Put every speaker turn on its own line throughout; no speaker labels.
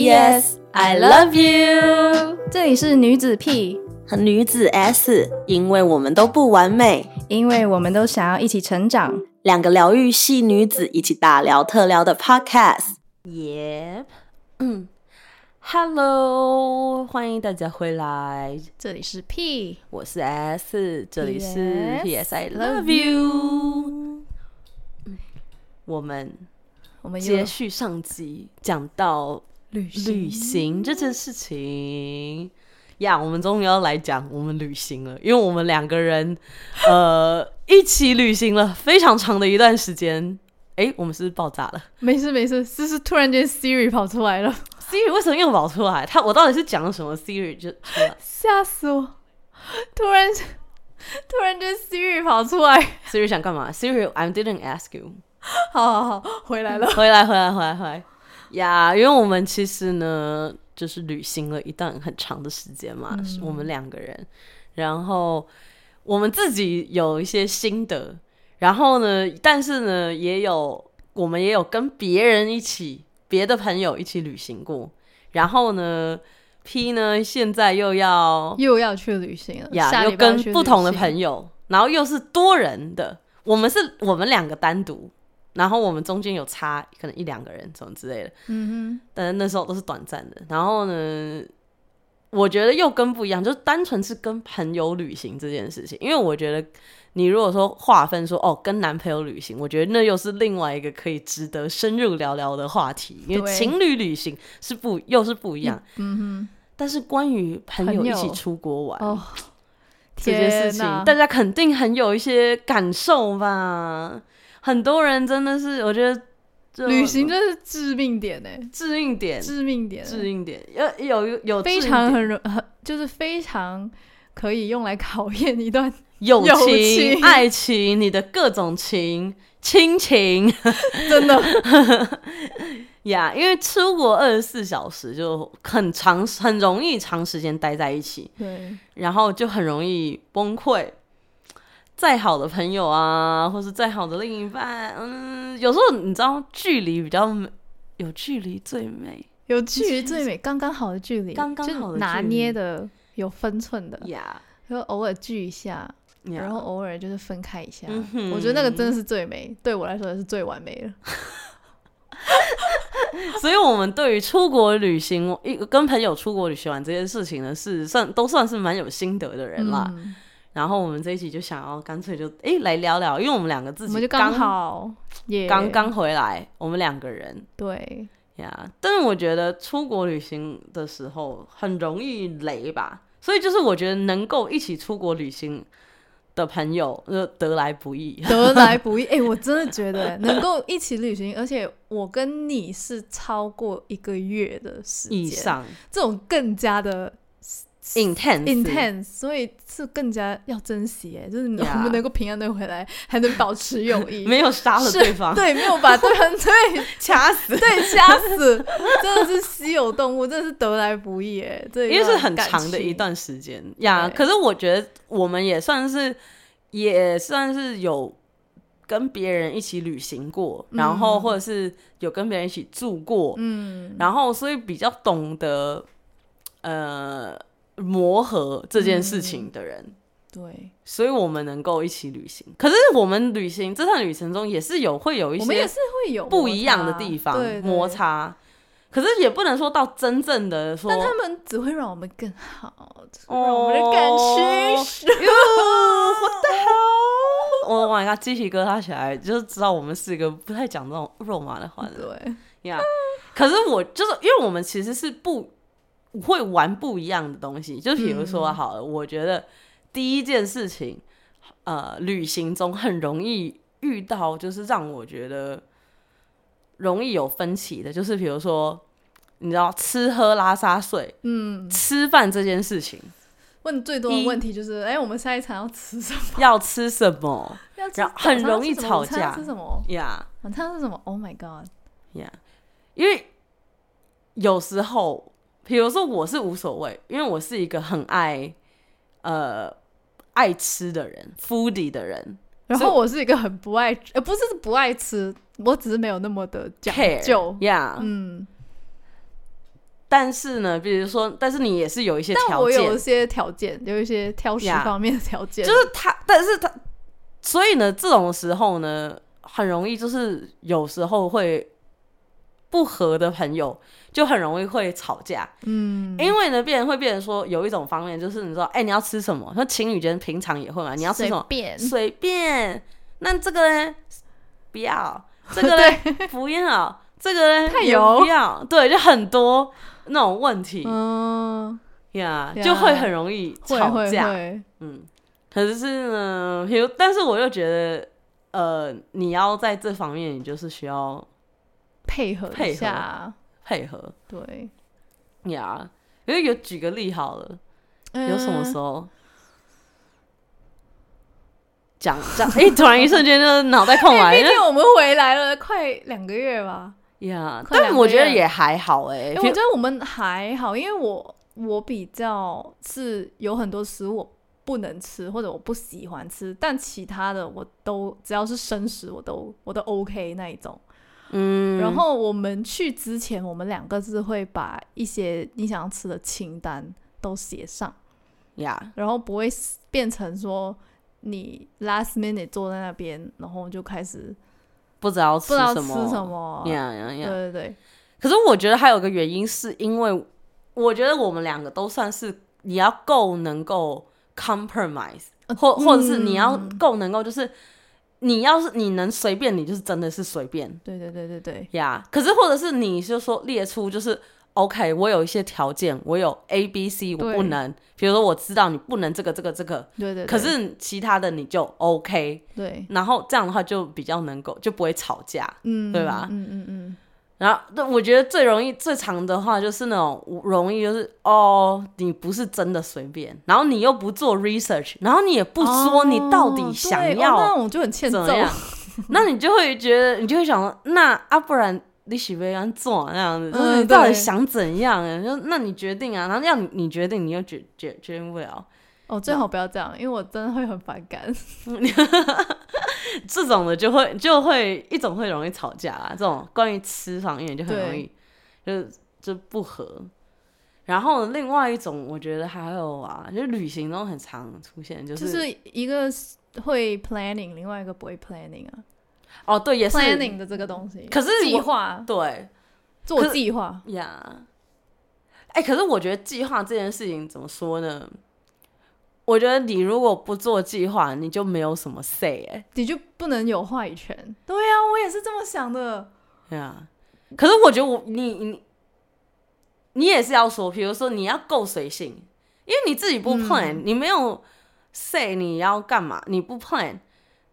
P.S. I love you。
这里是女子 P，
和女子 S，因为我们都不完美，
因为我们都想要一起成长。
两个疗愈系女子一起大聊特聊的 Podcast。耶、嗯，Hello，欢迎大家回来，
这里是 P，
我是 S，这里是
Yes
P.S. I love you。我们
我们
接
又
续上集讲到
旅
旅行这件事情呀我们终于要来讲我们旅行了，因为我们两个人呃一起旅行了非常长的一段时间。诶，我们是不是爆炸了
没事没事，就是突然间 Siri 跑出来了，
？Siri 为什么又跑出来？他我到底是讲了什么？Siri 就出来
吓死我！突然突然间 Siri 跑出来，
Siri 想干嘛？Siri，I didn't ask you。
好好好，回 来了。
回来，回来，回来，回来呀因为我们其实呢，就是旅行了一段很长的时间嘛，是我们两个人，然后我们自己有一些心得，然后呢，但是呢，也有我们也有跟别人一起，别的朋友一起旅行过，然后呢，P 呢现在又要
又要去旅行了，
呀
下
又
礼拜要
跟
去旅
不同的
行
朋友，然后又是多人的，我们是我们两个单独，然后我们中间有差可能一两个人什么之类的，
嗯哼，
但是那时候都是短暂的。然后呢，我觉得又跟不一样，就是单纯是跟朋友旅行这件事情，因为我觉得你如果说划分说哦跟男朋友旅行，我觉得那又是另外一个可以值得深入聊聊的话题，因为
对
情侣旅行是不又是不一样。
嗯
但是关于朋友
朋
一
友
起出国玩
哼，。哦，
嗯这件事
天
情
哪，
大家肯定很有一些感受吧。很多人真的是，我觉得这
旅行真是致命点哎，
致硬点，
致命点，欸
致硬点，有有有有
非
致硬
常
点
很容很就是非常可以用来考验一段
友
友
情、
情
爱情，你的各种情、亲情
真的
呀因为出国二十四小时就很长，很容易长时间待在一起，
对
然后就很容易崩溃。再好的朋友啊，或是再好的另一半，嗯，有时候你知道，距离比较美有距离最美
有距离最美，刚刚好的距离，
刚刚
就
好的
拿
距离
捏的有分寸的，
呀
就偶尔聚一下，
呀
然后偶尔就是分开一下
嗯，哼
我觉得那个真的是最美，对我来说也是最完美的。
所以我们对于出国旅行，一跟朋友出国旅行完这件事情呢，是算都算是蛮有心得的人啦。
嗯
然后我们这一集就想要干脆就诶来聊聊，因为我们两个自
我
己
们就
刚
刚好也
刚刚回来，我们两个人
对，
呀。但是我觉得出国旅行的时候很容易雷吧，所以就是我觉得能够一起出国旅行的朋友，呃，得来不易。
得来不易。 哎、我真的觉得能够一起旅行，而且我跟你是超过一个月的时间，
以上
这种更加的
intense
intense，所以是更加要珍惜。哎，就是你我
Yeah
们能够平安的回来，还能保持友 谊，
没有杀了
是
对方，
对，没有把对 方对
掐死。
对掐死，真的是稀有动物，真的是得来不易哎，这
因为是
要
很
感
长的
情
一段时间呀。
对
可是我觉得我们也算是，也算是有跟别人一起旅行过，然后或者是有跟别人一起住过，
嗯，
然后所以比较懂得呃磨合这件事情的人。
对，
所以我们能够一起旅行，可是我们旅行这趟旅程中也是有会有一
我们也
些
是会有
不
摩
一样的
擦
地方
对对
摩擦，可是也不能说到真正的说，
但他们只会让我们更好，只会让我们的感情。
哟，我的好！我往一个鸡皮疙瘩起来，就是知道我们是一个不太讲这种肉麻的话的
对，
呀。可是我就是因为我们其实是不会玩不一样的东西，就比如说好了，我觉得第一件事情，呃，旅行中很容易遇到，就是让我觉得容易有分歧的，就是比如说。你知道吃喝拉撒睡，
嗯，
吃饭这件事情
问最多的问题就是，哎，我们下一餐要吃什么？
要吃什么？
要吃
然后很容易
早
吵
上
架
要吃什么
呀
晚餐要吃什么？晚餐要吃什么？Oh my god！
呀，因为有时候，比如说我是无所谓，因为我是一个很爱呃爱吃的人，foodie 的人
然
所以
后我是一个很不爱，呃，不是不爱吃，我只是没有那么的讲嗯
，care
究。
呀、
嗯，
但是呢，比如说，但是你也是有一些
但
条
我有一
件，
些条件，有一些挑食
呀
方面的条件，
就是他，但是他，所以呢，这种时候呢，很容易就是有时候会不和的朋友就很容易会吵架，
嗯，
因为呢，变人会变成说有一种方面就是你说，哎、你要吃什么？说情侣间平常也会嘛，你要吃
随
什么？
便，
随便。那这个呢？不要，这个呢？
对，
不要，这个呢？
太
也
油
不要，对，就很多那种问题
嗯，
呀
呀
就会很容易
会
吵
会
架。
会，
嗯，可是呢，比如，但是我又觉得，呃，你要在这方面，你就是需要
配合
配
一
合
下，
配合
对，
呀。因为有举个例好了，有什么
嗯
时候讲讲？哎、突然一瞬间就脑袋空
嗯？
白，
哎，
因
毕
为
竟我们回来了快两个月吧，
呀
快
但
两
我
个
觉得
月
也还好哎、
哎，
比
我
如
觉得我们还好，因为我我比较是有很多食物我不能吃或者我不喜欢吃，但其他的我都只要是生食我都我都 OK 那一种。
嗯，
然后我们去之前，我们两个是会把一些你想要吃的清单都写上，
呀，
然后不会 s- 变成说你 last minute 坐在那边，然后就开始
不知道
不
吃
知道
什
吃
么，
什么。啊
呀呀
对
呀！
对对，
可是我觉得还有个原因，是因为我觉得我们两个都算是你要够能够 compromise，或或者是你要
呃嗯
够能够就是。你要是你能随便，你就是真的是随便
对对对对对，
呀。可是或者是你就说列出就是 OK，我有一些条件，我有 A、B、C，我
对
不能。比如说我知道你不能这个这个这个，
对对。
可
对
是其他的你就 OK。
对，
然后这样的话就比较能够就不会吵架。
嗯，
对吧
嗯嗯嗯，
然后，但我觉得最容易、最长的话就是那种容易就是哦，你不是真的随便，然后你又不做 research，然后你也不说你到底想
哦对哦、
要
那我就很欠
怎
揍
么。 样，那你就会觉得，你就会想说，那啊，不然你喜不喜欢做那样子？
嗯
就是你到底
对
想怎样？就那你决定啊，然后要你你决定，你又决决决定不了，
哦，最好不要这样，因为我真的会很反感。
这种的就会就会一种会容易吵架啊，这种关于吃方面就很容易就是就不合。然后另外一种，我觉得还有啊，就是旅行中很常出现， 就是、
就是一个会 planning，另外一个不会 planning 啊。
哦，对，也是
planning 的这个东西，
可是
计
我
划
对可
做
是
计划，
呀。哎、可是我觉得计划这件事情怎么说呢？我觉得你如果不做计划，你就没有什么 say 哎、
你就不能有话语权。对啊，我也是这么想的。
对啊，可是我觉得我你你你也是要说，比如说你要够随性，因为你自己不
嗯
plan，、你没有 say 你要干嘛，你不 plan，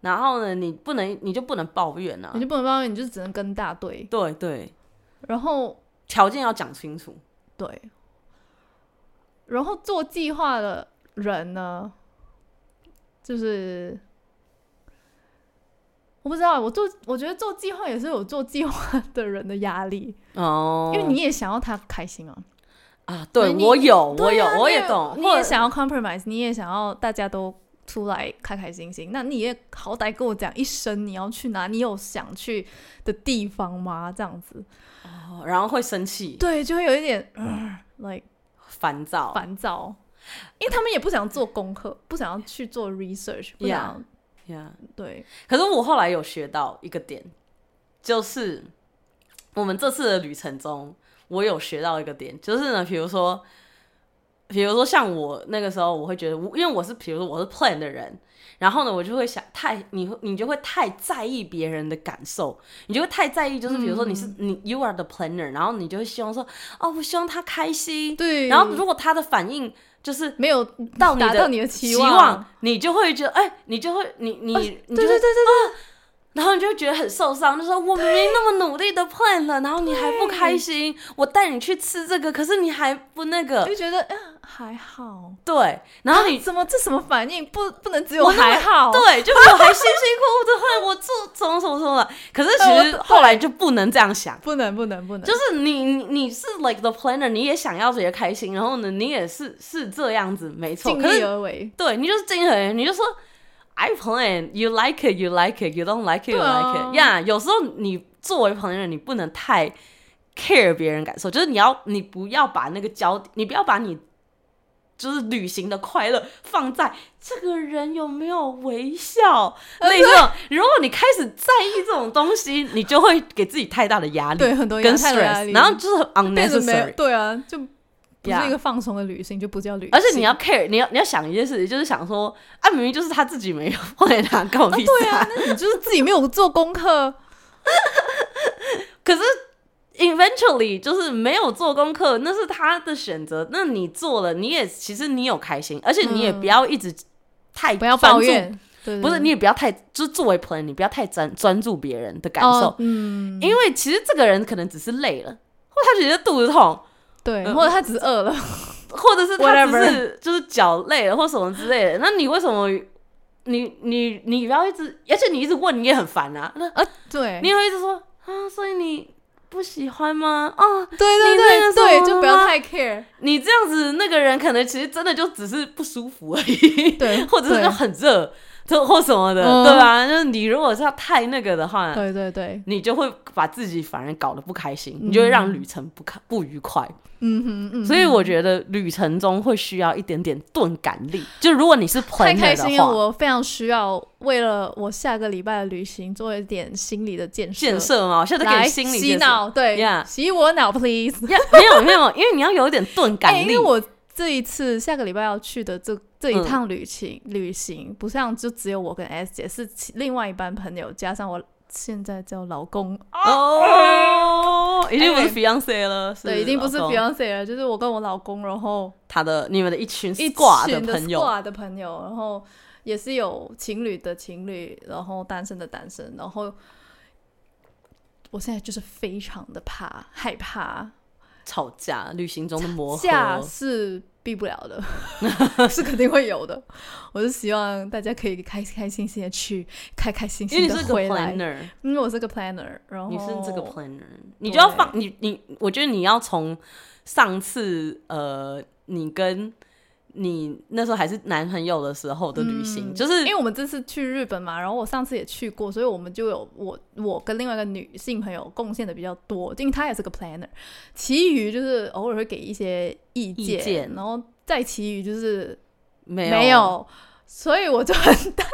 然后呢，你不能你就不能抱怨啊
你，就不能抱怨，你就只能跟大队。
对对，
然后
条件要讲清楚，
对，然后做计划的人呢，就是我不知道，我做我觉得做计划也是有做计划的人的压力，
哦
因为你也想要他开心啊。
啊，对
你
我有我
对
有、
啊
我
你
也懂，
你
或
也
者
想要 compromise，你也想要大家都出来开开心心。那你也好歹跟我讲一声你要去哪，你有想去的地方吗？这样子，
哦然后会生气
对，就会有一点、
嗯
呃 like
烦躁，
烦躁，因为他们也不想做功课，不想要去做 research，不想
Yeah
对，
可是我后来有学到一个点，就是我们这次的旅程中，我有学到一个点，就是呢，比如说，比如说像我那个时候，我会觉得我，因为我是比如说我是 plan 的人，然后呢，我就会想太你会你就会太在意别人的感受，你就会太在意，就是比如说你是、你 you are the planner，然后你就会希望说哦，我希望他开心，
对
然后如果他的反应就是
没有
到你
达到
的
你的期
期望，
望，
你就会觉得，哎、你就会，你你你就
对
会啊
对对对对，
然后你就会觉得很受伤，就说我明明那么努力的 plan 了，然后你还不开心，我带你去吃这个，可是你还不那个
就，觉得嗯还好。啊
对，然后你、
怎么这什么反应？不不能只有
我那么
还好，
对，就我还辛辛苦苦的后来我做怎么怎么怎么了，可是其
哎
实
我
后来就不能这样想，
不能不能不能，
就是你你你是 like the planner，你也想要别人开心，然后呢，你也是是这样子，没错，
尽
可是
力而为。
对你就是精神，你就说 I plan, you like it,
啊
you like it, you don't like it, you
对啊
like it。呀，有时候你作为朋友，你不能太 care 别人感受，就是你要你不要把那个焦，你不要把你就是旅行的快乐放在这个人有没有微笑，
呃
类似这种。如果你开始在意这种东西，你就会给自己太大的压力，
对很多
跟
太大压力
stress，然后就是很
变成没有
unnecessary。
对啊，就不是
Yeah
一个放松的旅行，就不叫旅行。
而且你要 care，你要你要想一件事情，就是想说，啊，明明就是他自己没有，后来他跟我屁事、
对啊，那你就是自己没有做 功课，
可是 eventually 就是没有做功课，那是他的选择。那你做了，你也其实你有开心，而且你也不要一直太
嗯不要
专
抱
注
怨，嗯对，对
不是
对
你也不要太就是作为 plan，你不要太专专注别人的感受，
哦，嗯，
因为其实这个人可能只是累了，或他觉得肚子痛，
对，
嗯
或者他只是饿了，
或者是他只
Whatever
是就是脚累了或什么之类的。那你为什么你你你不要一直，而且你一直问你也很烦啊，那
啊，对，
你也会一直说啊，所以你不喜欢吗？啊，
对对
你那
对
个什
对，
么
就不要
吗
太 care，
你这样子，那个人可能其实真的就只是不舒服而已，
对
或者
对
是就很热，就或什么的，
嗯
对吧？就是你如果是要太那个的话，
对对对，
你就会把自己反而搞得不开心，你就会让旅程不开不愉快。
嗯哼嗯哼，
所以我觉得旅程中会需要一点点钝感力，就如果你是 p l
太
a
开心
的
了，
话，
我非常需要为了我下个礼拜的旅行做一点心理的建设，
建设嘛，我现在给
来
你心理
洗
建设。
脑，对
Yeah
洗我脑，please。
呀没有没有，因为你要有一点钝感
哎，因
力。
为我这一次下个礼拜要去的这这一趟旅行，
嗯
旅行不像就只有我跟 S 姐，是其另外一班朋友加上我现在叫老公，
哦，已经不是 fiance 了，是
哎对，已经不是
老公
fiance 了，就是我跟我老公，然后
他的你们的一群
一
squad
群的
朋友，
squad 的朋友，然后也是有情侣的情侣，然后单身的单身，然后我现在就是非常的怕害怕，
吵架，旅行中的磨合，
架是避不了的， 是肯定会有的。我是希望大家可以开开心心的去，开开心
因为
心
你
的
是个
回来。
planner，
因为我是个 planner，然后
你是这个
哦
planner，你就要放你你，我觉得你要从上次呃，你跟你那时候还是男朋友的时候的旅行，就是
嗯因为我们这次去日本嘛，然后我上次也去过，所以我们就有我我跟另外一个女性朋友贡献的比较多，因为她也是个 planner，其余就是偶尔会给一些意见，
意见
然后再其余就是
没
没
有
有，所以我就很担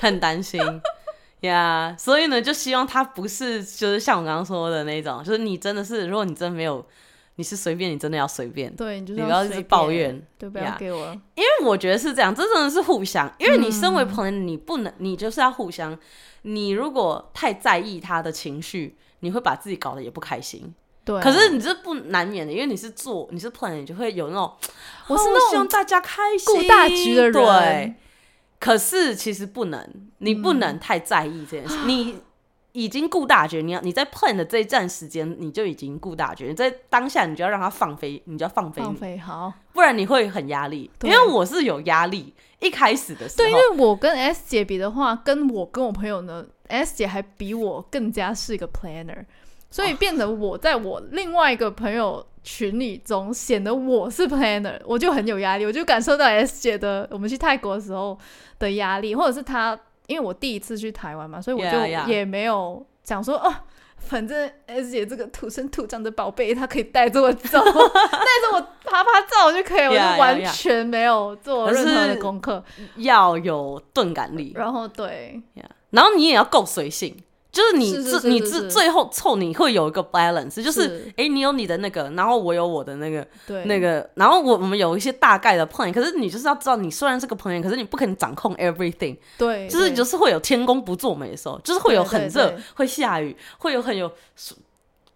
很担心。呀所以呢，就希望他不是就是像我刚刚说的那种，就是你真的是，如果你真的没有，你是随便，你真的要随便，
对你就
你
是
不要一
随
直
便
抱，怨，
对，不要
呀
给我
因为我觉得是这样，这真的是互相。因为你身为朋友，你不能，你就是要互相。你如果太在意他的情绪，你会把自己搞得也不开心。
对啊、
可是你这不难免的，因为你是做你是 plan，你就会有那种
我是
啊
那
希望
种
大家开心、
顾大局的人，
对，可是其实不能，你不能太在意这件 事。你已经顾大局，你要你在 plan 的这一站时间，你就已经顾大局。你在当下，你就要让他放飞，你就要放飞
放
你。
飞好。
不然你会很压力。
对
因为我是有压力，一开始的时候，
对，因为我跟 S 姐比的话，跟我跟我朋友呢，S 姐还比我更加是一个 planner，所以变成我在我另外一个朋友群里中显得我是 planner，我就很有压力，我就感受到 S 姐的我们去泰国的时候的压力，或者是她因为我第一次去台湾嘛，所以我
Yeah, yeah.
就也没有想说哦。反正 S 姐这个土生土长的宝贝，她可以带着 我走，带着我啪啪照就可以，我
Yeah, yeah,
就完
yeah.
全没有做任何
可
的
是
功课。
要有钝感力
然后对，
，yeah. 然后你也要够随性。就是你
是是
自
是
你
是
自
是
最后凑你会有一个 balance，就是
是
诶，你有你的那个，然后我有我的那个
对，
那个，然后我我们有一些大概的 plan，可是你就是要知道，你虽然是个 plan，可是你不可能掌控 everything，
对，
就是
对
就是会有天公不作美的时候，就是会有
对
很
对
热
对，
会下雨，会有很有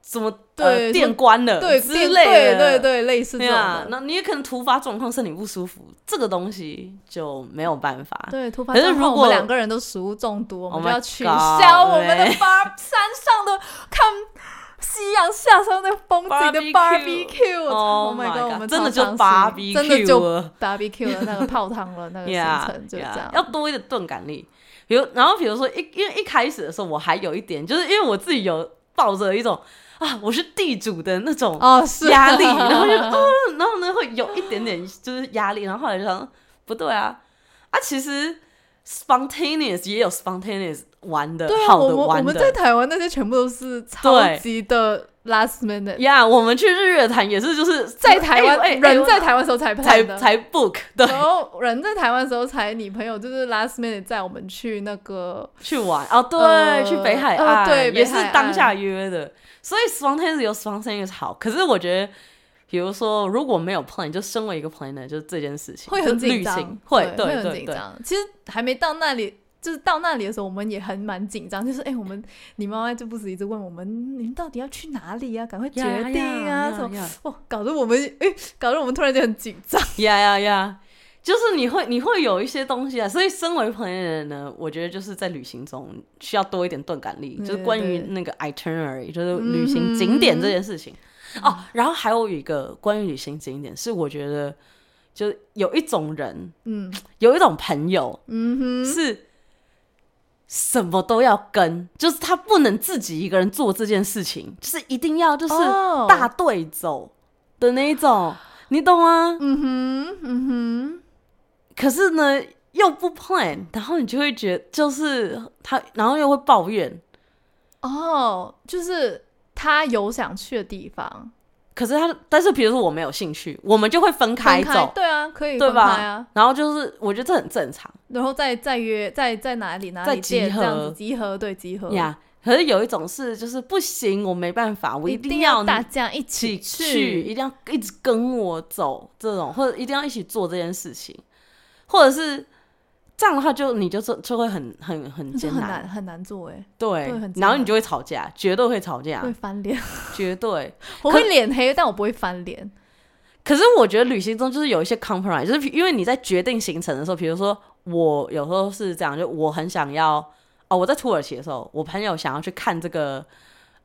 什么
对
呃
什么
电关了
对
之
电
类的，
对对对，类似这
对
种
啊，
的。
那你也可能突发状况，身体不舒服，这个东西就没有办法。
对，突发
可是
状况
如
我们
果
两个人都食物中毒，我
Oh
们就
my
要取
God，
消我们的
嘞
bar 山上的看夕阳下山的风景的
Barbecue
barbecue。
Oh
my
god，
god，我们
真的就
超伤
barbecue
心真的就
了
barbecue 了那个泡汤了那个行
Yeah，
程就这
yeah，
样。
要多一点钝感力。比如，然后比如说一，因为一开始的时候，我还有一点，就是因为我自己有抱着一种啊，我是地主的那种
哦，是
压力，然 后就嗯，然后呢会有一点点就是压力，然后后来就想不对啊啊，其实 spontaneous 也有 spontaneous 玩的
对啊，
好
我
的
们我
玩
们
的，
在台湾那些全部都是超
对
级的 last minute，
呀我们去日月潭也是，就是
在台湾、
哎哎哎
人在
我
台湾时候才
才
拍的，
才 book，对，
然后人在台湾的时候才，你朋友就是 last minute 载我们去那个，
去玩哦，对，
呃
去北海
呃
岸、
对
也是
北海岸
当下约的，所以 spontaneous 有 spontaneous 好，可是我觉得。比如说，如果没有 plan，就身为一个 planner，就是这件事情
会
就
很紧
旅
张
行，会
对
对
会很
对
紧
对，
张。其实还没到那里，就是到那里的时候，我们也很蛮紧张，就是哎、我们你妈妈就不是一直问我们，你们到底要去哪里啊？赶快决
呀
定啊
呀
什么。
呀
哦，搞得我们哎、搞得我们突然间很紧张。
呀呀呀！就是你会你会有一些东西啊，所以身为朋友的人呢，我觉得就是在旅行中需要多一点钝感力，
对
就是关于
对嗯
那个 itinerary，就是旅行景点这件事情。哦，然后还有一个关于旅行景点是，我觉得就是有一种人，
嗯
有一种朋友
嗯哼，
是什么都要跟，就是他不能自己一个人做这件事情，就是一定要就是
哦
大队走的那一种，你懂吗？
嗯哼嗯
可是呢又不 plan，然后你就会觉就是他，然后又会抱怨。
哼，哦，就是他有想去的地方，
可是他，但是比如说我没有兴趣，我们就会分开
分
走，
开对啊，可以
对
分开
吧？
啊，
然后就是我觉得这很正常
然后再再约，再在哪里哪
再
里
集
见这样
合
子集合，对集合，
呀。可是有一种是就是不行，我没办法，我
一
定
要
你
大家一
一起
起
去，一定要一直跟我走这种，或者一定要一起做这件事情，或者是这样的话就，你就就就会很很很
这
艰
很
难，
难很难做哎、
对，
对很艰
然后你
难
就会吵架，绝对会吵架
会，翻 脸，
绝对。
我会脸黑，但我不会翻脸。
可是我觉得旅行中就是有一些 compromise，就是因为你在决定行程的时候，比如说我有时候是这样，就我很想要哦，我在土耳其的时候，我朋友想要去看这个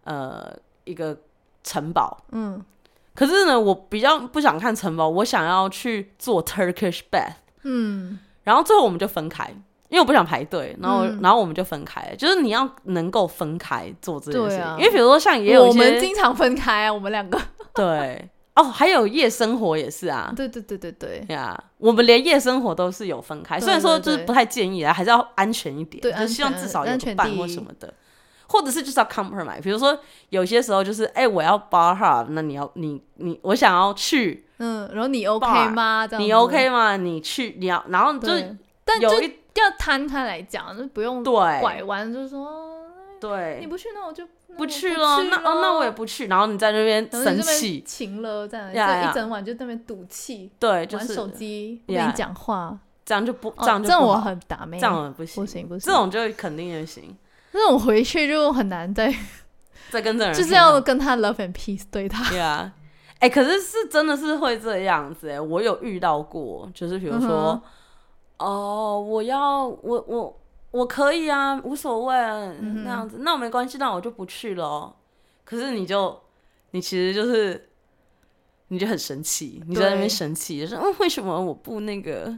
呃一个城堡，
嗯
可是呢，我比较不想看城堡，我想要去做 Turkish bath，
嗯，
然后最后我们就分开，因为我不想排队，然后、
嗯
然后我们就分开，就是你要能够分开做这件事
对
情，
啊
因为比如说像也有一
我们
些
经常分开啊，我们 两个。
对哦，还有夜生活也是啊，
对对对对对
呀啊我们连夜生活都是有分开，
对
虽然说
对
就是
对
不太建议啊，还是要安全一点，
对
就是希望
安全
至少有
安
个
全
伴
第一
或什么的，或者是就是要 compromise。比如说有些时候就是，哎、我要 bar hop，那你要你你我想要去，
嗯，然后你 OK
Bar，
吗？这样
啊你
子
OK 吗？你去你要，然后就
对，但就
有一
要摊开来讲，就不用拐
对
弯，就是说哦你
对
不去，那我就那
不
我
去
了
咯，，那哦那我也不去，然后你在那边
然后
生
就这边
气，
晴了这
呀
样，就
呀
一整晚就在那边赌气，
对，就
玩
是
手机，不
呀
跟你讲话，
这样就不
哦
这样就
这样
不
我
好
很打妹，啊
这样也不行
不，行不行，
这种就肯定也行，
那种回去就很难再，
再跟这人
就是
平衡
要跟他 love and peace 对他。
对啊，哎、可是是真的是会这样子哎、我有遇到过，就是比如说
嗯，
哦，我要我我我可以啊，无所谓、
嗯
那样子，那没关系，那我就不去咯。可是你就你其实就是你就很生气，你就在那边
对
生气，就是嗯，为什么我不那个？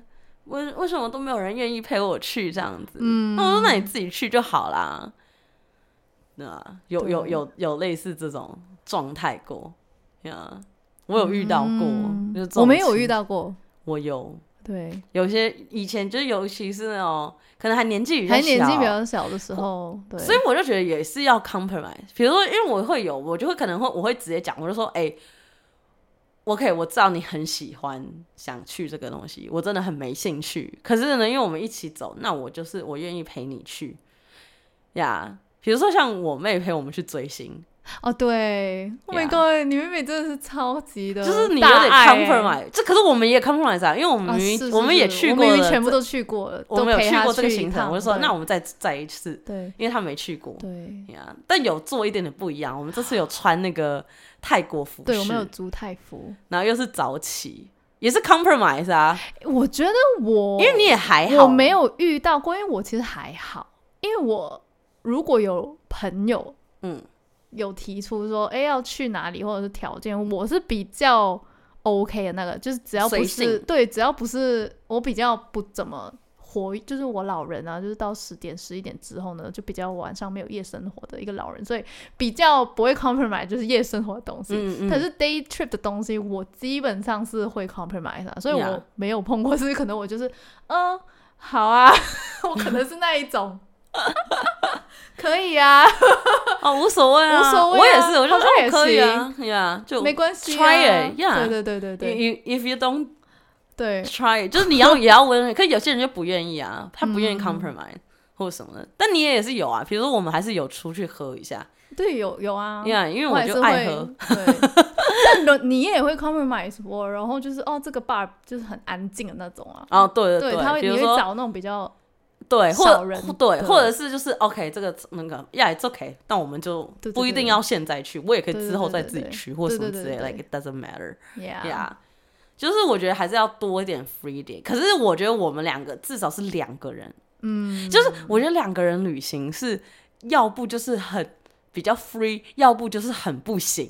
为为什么都没有人愿意陪我去这样子？
嗯
那我说那你自己去就好啦。对啊，有
对
有有有类似这种状态过呀我有遇到过，
嗯
就是这种
我没有遇
情，
到过，
我有
对，
有些以前就是尤其是那种可能还年纪比较
还年纪
小哦
比较小的时候，对，
所以我就觉得也是要 compromise。比如说，因为我会有，我就会可能会我会直接讲，我就说，哎、o k 我知道你很喜欢想去这个东西，我真的很没兴趣。可是呢，因为我们一起走，那我就是我愿意陪你去呀。比如说像我妹陪我们去追星，
哦，对，Oh my god，你妹妹真的是超级的，
就是你有点 compromise，这可是我们也 compromise 啊，因为我们
啊，
明
是
明
是
我们也
是
去
我
过
明明
了
全部
这
都去过了，
我们有
都陪
去
她
过这个
一
行程，
趟
我就说
对
那我们再再一次，
对
因为她没去过，
对
呀但有做一点点不一样。我们这次有穿那个泰国服饰，
对，我们有租泰服，
然后又是早起，也是 compromise 啊，
我觉得我
因为你也还好，
我没有遇到过，因为我其实还好，因为我如果有朋友
嗯
有提出说，哎、要去哪里或者是条件，我是比较 OK 的那个，就是只要不
随
是
性
对，只要不是我比较不怎么活，就是我老人啊，就是到十点十一点之后呢，就比较晚上没有夜生活的一个老人，所以比较不会 compromise 就是夜生活的东西。
嗯嗯，
可是 day trip 的东西，我基本上是会 compromise 啊，所以
Yeah
呃 我没有碰过，是可能我就是，嗯，好啊，我可能是那一种，可以啊，
哦，无所谓啊，
无所谓啊
我也是，我就
好
说
像也
哦可以啊
行
，Yeah，就
没关系、啊。
try it, yeah
对对对对
You,
对
you, if you don't
对，
try，就是你要也要温柔，可有些人就不愿意 啊，他不愿意
嗯
compromise、或者什么的。但你也是有啊，比如说我们还是有出去喝一下，
对有有啊，
呀、因为
我
我
也
就是爱
会
喝，
对， 但你你也会 compromise 我，然后就是哦，这个 bar 就是很安静的那种啊。
哦，对
对，
对，
他会
比
你
如
会
说
找那种比较
对，或
少
者
人
或对，
的
或者是就是 OK，这个那个呀，it's OK，那我们就
对对
不一定
对
要现在去，我也可以
对对
之后再
对对
自己
对
去或
对
什么
对
之
对
类
对
，like it doesn't matter。
yeah,
呀，就是我觉得还是要多一点 free 一点。可是我觉得我们两个至少是两个人，
嗯，
就是我觉得两个人旅行是要不就是很比较 free，要不就是很不行，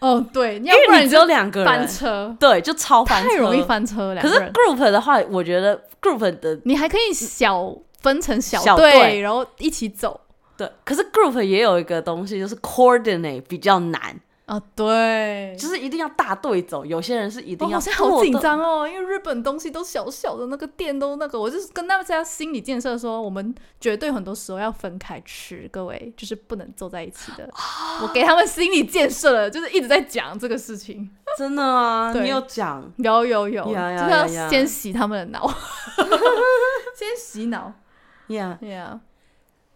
哦对，
因
要不
为
然
你
你
只
就
有两个
翻
人，哦
车，
对，就超翻车，
太容易。翻车，两
可是
个人。
group 的话，我觉得 group 的
你还可以小分成小
小
队，
队
然后一起走。
对，可是 group 也有一个东西就是 coordinate 比较难，
啊，对，
就是一定要大队走，有些人是一
我
定要。
好像好紧。张哦，因为日本东西都小小的，那个店都那个，我就是跟大家心理建设说，我们绝对很多时候要分开吃，各位就是不能坐在一起的。
啊
我给他们心理建设了，就是一直在讲这个事情，
真的啊，
对
你有讲。
有有有，
呀呀
就是要
呀呀
先洗他们的 脑，先洗脑
Yeah，
，Yeah，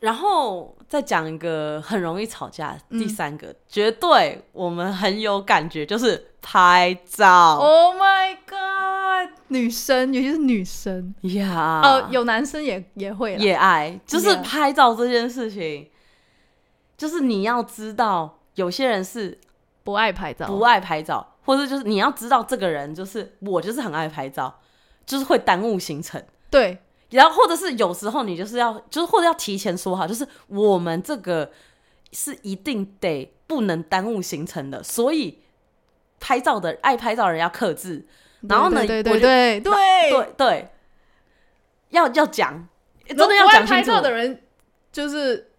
然后再讲一个很容易吵架，
嗯
第三个、绝对我们很有感觉，就是拍照
Oh my God！女生，尤其是女生，
呀，
呃，有男生也也会啦
哦也爱，就是
Yeah
拍照这件事情就是你要知道，有些人是
不爱拍照，
不爱拍照，或者就是你要知道这个人就是我就是很爱拍照，就是会耽误行程。
对，
然后或者是有时候你就是要，就是或者要提前说好，就是我们这个是一定得不能耽误行程的，所以拍照的爱拍照的人要克制，然后呢
对
我
对
就
对对对
对对，要要讲，真
然后
的要
不爱
讲
拍
清楚
照。的人就是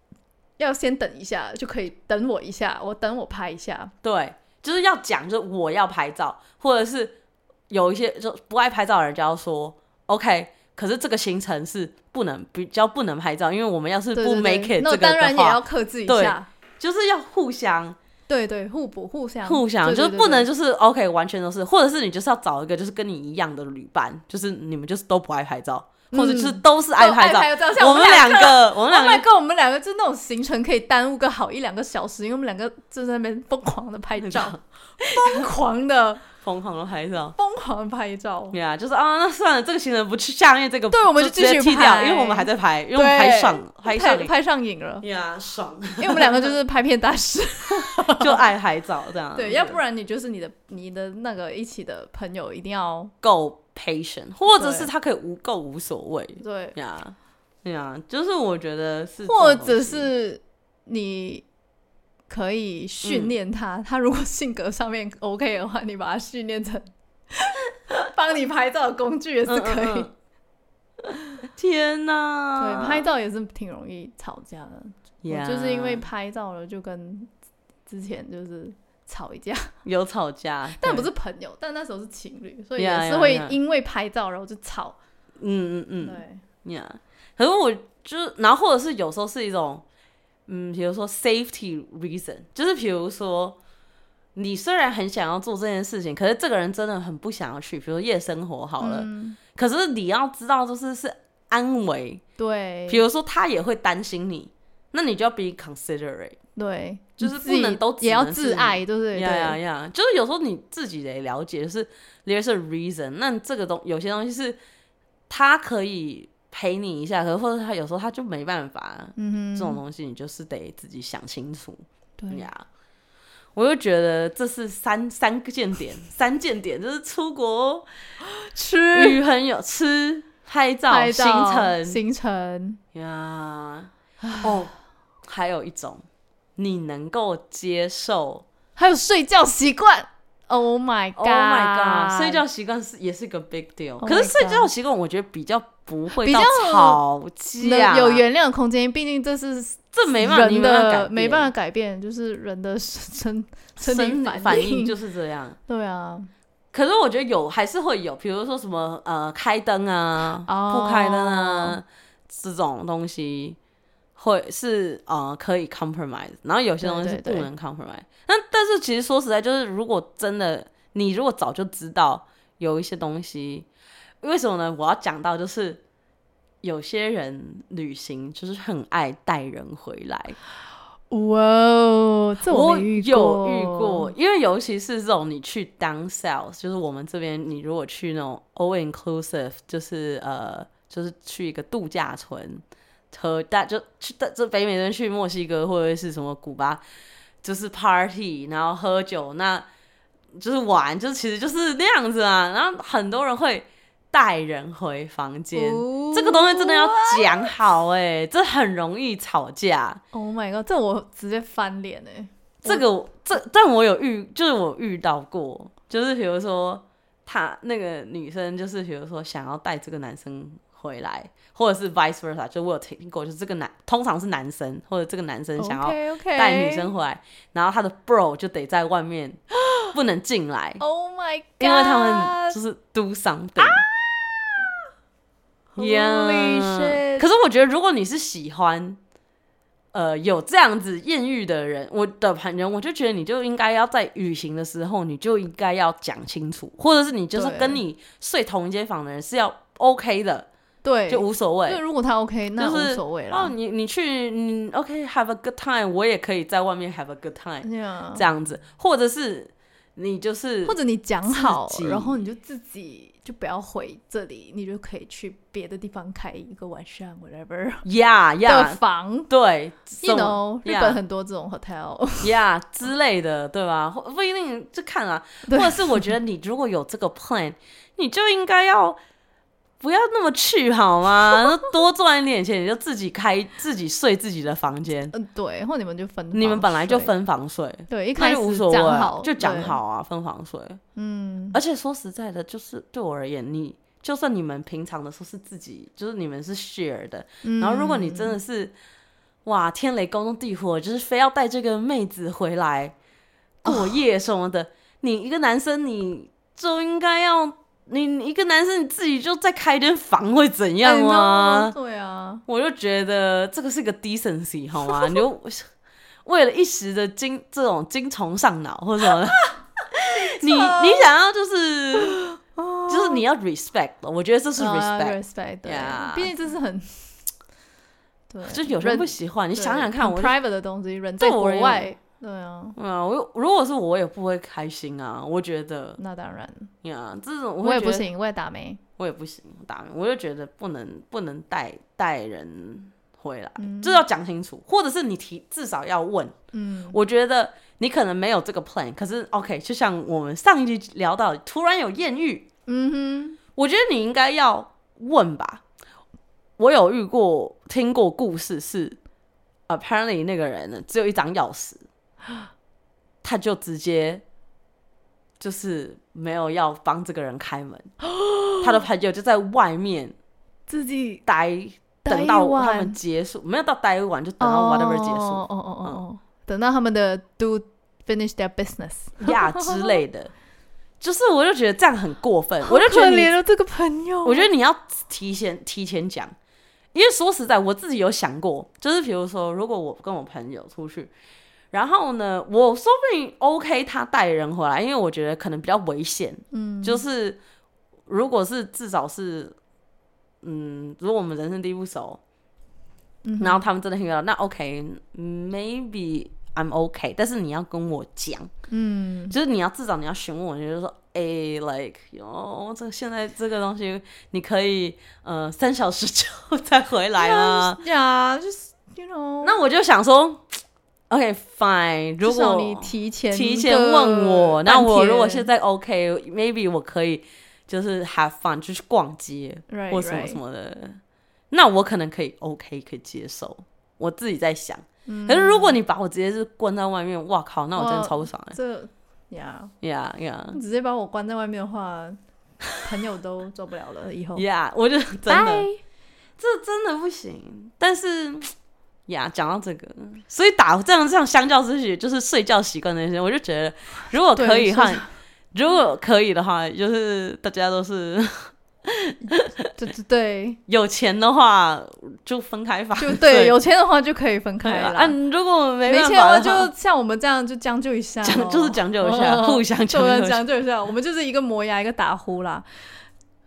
要先等一下，就可以等我一下，我等我拍一下。
对，就是要讲，就是我要拍照，或者是有一些就不爱拍照的人就要说 OK。可是这个行程是不能比较不能拍照，因为我们要是
对
不
对
make
对
it 这
那我
个
当然
的
也
话，
要克制一
对
下。
就是要互相
对对，互补互相
互相
对
就
对
是
对
不能
对
就是 OK，完全都是，或者是你就是要找一个就是跟你一样的旅伴，就是你们就是都不爱拍照，或者就是都是爱
嗯都
拍照。
拍哦照像
我
我
们
们
两
两
个，我们
Oh
两
my
个
god！我们两个就那种行程可以耽误个好一两个小时，因为我们两个就在那边疯狂的拍照， 疯狂的
疯狂的拍照。
疯狂的拍照。
对啊，就是啊，那算了，这个行程不去，下面这个
对我们
就
就
直
继
接
续
踢掉，
拍
因为我们还在拍，因为我们
对
拍上了 拍上
拍
了，
拍上瘾了，
呀爽，
因为我们两个就是拍片大师。
就爱拍照这样。
对，要不然你就是你的你的那个一起的朋友一定要
够 patient，或者是
对
他可以无够无所谓
对，
呀呀，就是我觉得是这种
或
东西，
者是你可以训练他，
嗯
他如果性格上面 OK 的话，你把他训练成帮你拍照的工 具也是可以。
嗯嗯 嗯天哪！
对，拍照也是挺容易吵架的。我就是因为
Yeah，
拍照了，就跟之前就是吵一架，
有吵架，
但不
对，
是朋友，但那时候是情侣，所以
Yeah,
也是
yeah,
会
yeah.
因为拍照然后就吵。
嗯嗯
对，
嗯，Yeah。可是我就是，然后或者是有时候是一种，嗯，比如说 safety reason，就是比如说。你虽然很想要做这件事情，可是这个人真的很不想要去，比如说夜生活好了。
嗯
可是你要知道，就是是安危，
对
比，如说他也会担心你，那你就要 be considerate。
对，
就是
你
不
自己
能都只
也要
能是
自
你
爱，对不对？
呀呀
对，
呀！就是有时候你自己得了解，就是 there's a reason。那这个东有些东西是他可以陪你一下，可是或者他有时候他就没办法，
嗯
这种
哼，
东西你就是得自己想清楚
对。
呀。我就觉得这是三三个见 点，三见点就是出国
吃、
与朋友吃、拍照、
拍
行
照、
程
行程，
呀。哦，还有一种，你能够接受
还有睡觉习惯。Oh my god！
Oh my god！睡觉习惯是也是个 big deal，、
Oh
可是
my
睡觉
god
习惯我觉得比较不会
比
到
较
吵架，
能有原谅的空间，毕竟这是
这没办法，你没
人
办法改
的
变，
没办法改变，就是人的 身身
生
体
理
反
反应就是这样。
对啊，
可是我觉得有还是会有，比如说什么呃开灯啊、
哦
不开灯啊这种东西，会是呃可以 compromise，然后有些东西是
对对
不
对
能 compromise。那但是其实说实在，就是如果真的你如果早就知道有一些东西，为什么呢？我要讲到就是有些人旅行就是很爱带人回来，
哇哦，这
我
没遇过，
有遇过，，因为尤其是这种你去 down sales，就是我们这边你如果去那种 all inclusive，就是呃，就是去一个度假村，和大就去大这北美这边去墨西哥或者是什么古巴，就是 party，然后喝酒，那就是玩，就是其实就是那样子啊。然后很多人会带人回房间。
哦
这个东西真的要讲好哎、这很容易吵架。
Oh my god！这我直接翻脸哎、
这个我这，但我有遇，就是我遇到过，就是比如说他那个女生，就是比如说想要带这个男生回来，或者是 vice versa，就我有听过，就是这个男通常是男生，或者这个男生想要
OK OK
带女生回来，然后他的 bro 就得在外面 不能进来，
，Oh my Oh god！
因为他们就是 do something。
Holy shit
可是我觉得，如果你是喜欢，呃，有这样子艳遇的人，我的朋友，我就觉得你就应该要在旅行的时候，你就应该要讲清楚，或者是你就是
对
跟你睡同一间房的人是要 OK 的，
对，
就无所谓
就。如果他 OK，那
就是
无所谓
哦，
啦。
你你去，你 OK have a good time，我也可以在外面 have a good time，
Yeah
这样子，或者是你就是
或者你讲好
自己，
然后你就自己就不要回这里，你就可以去别的地方开一个晚上，whatever
呀
的
呀，
房。
对，这
You
种
know，日
yeah
本很多这种 hotel，
呀、之类的，对吧？或不一定就看啊，或
对
者是我觉得你如果有这个 plan，你就应该要不要那么去好吗？ 多赚一点钱，你就自己开自己睡自己的房间。
嗯，对，或你们就分，
你们本来就，分房睡，
对，一
那
开
就无
始
所谓
讲
啊
好，，
就讲
对，
好啊，分房睡。
嗯，
而且说实在的，就是对我而言，你就算你们平常的时候是自己，就是你们是 share 的，
嗯
然后如果你真的是哇天雷勾动地火，就是非要带这个妹子回来过夜什么的，你一个男生你就应该要你你一个男生你自己就再开一间房会怎样
I know，
吗？
对啊，
我就觉得这个是个 decency 好吗？你就为了一时的精这种精虫上脑或者什么的，你你想要就是就是你要 respect，了我觉得这是
啊
respect。
respect，对
Yeah，
毕竟这是很，对，
就有人不喜欢，你
你
想想看，我就
private 的东西，人在
对
国
我也
外，对啊，
嗯，我如果是我，我也不会开心啊。我觉得
那当然，
呀，这种
我
会
也
觉
不
得，
行，我也打没，
我也不行，当然，我就觉得不能不能带带人回来，这要讲清楚，或者是你提至少要问。
嗯，
我觉得你可能没有这个 plan，可是 OK，就像我们上一集聊到，突然有艳遇，
嗯
我觉得你应该要问吧。我有遇过听过故事是，apparently 那个人呢只有一张钥匙，他就直接就是没有要帮这个人开门，他的朋友就在外面
哼，自己
待，
待
等到
一
他
晚
们结束，没有到待完就等到 whatever 结束。嗯
哦哦哦哦哦，等到他们的 do finish their business，
呀之类的，就是我就觉得这样很过分，我就觉得
可
你，
怜了哦这个朋友，
我觉得你要提前提前讲，因为说实在，我自己有想过，就是比如说，如果我跟我朋友出去，然后呢，我说不定 OK 他带人回来，因为我觉得可能比较危险，
嗯，
就是如果是至少是，嗯，如果我们人生地不熟，
嗯哼
然后他们真的很有，那 OK，maybe、I'm OK，但是你要跟我讲。
嗯，
就是你要至少你要询问我，你就说，哎、l i k e 哦，这现在这个东西你可以呃三小时之后再回来 吗？
呀，就是 you know，
嗯那我就想说，OK，fine，、如
啊至少
果
你提前
提前问我，那我如果现
在
在 OK，maybe、我可以就是 have fun，就去逛街
right
或什么什
right，
么的那我可能可以 OK 可以接受。我自己在想，可是如果你把我直接是关在外面，哇靠，那我真的
嗯哇
超不爽哎、
这呀，
呀呀
你直接把我关在外面的话，朋友都做不了了，以后
呀我就真的。
Bye
这哦真的不行。但是呀，讲到这个，所以打这样这样相较之下，就是睡觉习惯那些，我就觉得如果可以的话
对睡，
如果可以的话，就是大家都是
对对对，
有钱的话就分开法，
就
对，
对，有钱的话就可以分
对
开
啊
了。
啊，如果没
没
办
钱的
法
话，
的话
就 像我们这样，就将就一下咯，
讲就是将就一下，
哦
互相将
我
就
们
一下，
将就一下，我们就是一个磨牙一个打呼啦，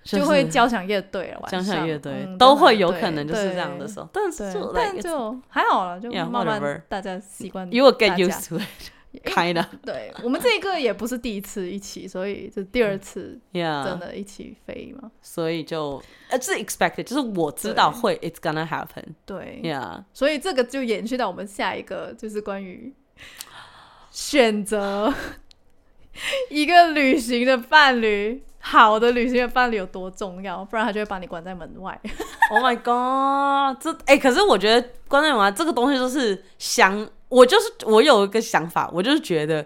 是
就
不
会
是
交响乐队了。晚
交
上
响乐队
嗯
都
真的
会有
对
可能就是这样的
对
时候，但是
对
就，
但
like
就还好了，就
Yeah,
慢
whatever.
慢大家习惯大
it's-
家。
you will get used to
因
it,
为
kind of,
对我们这个也不是第一次一起，所以这第二次真
yeah.
的一起飞嘛。
所以就呃是 expected，就是我知道
对嗯
会 it's gonna happen,
对
yeah.
所以这个就延续到我们下一个，就是关于选择一个旅行的伴侣，好的旅行的伴侣有多重要，不然他就会把你关在门 外。
Oh my god！这哎、可是我觉得观众啊，这个东西就是想，我就是我有一个想法，我就是觉得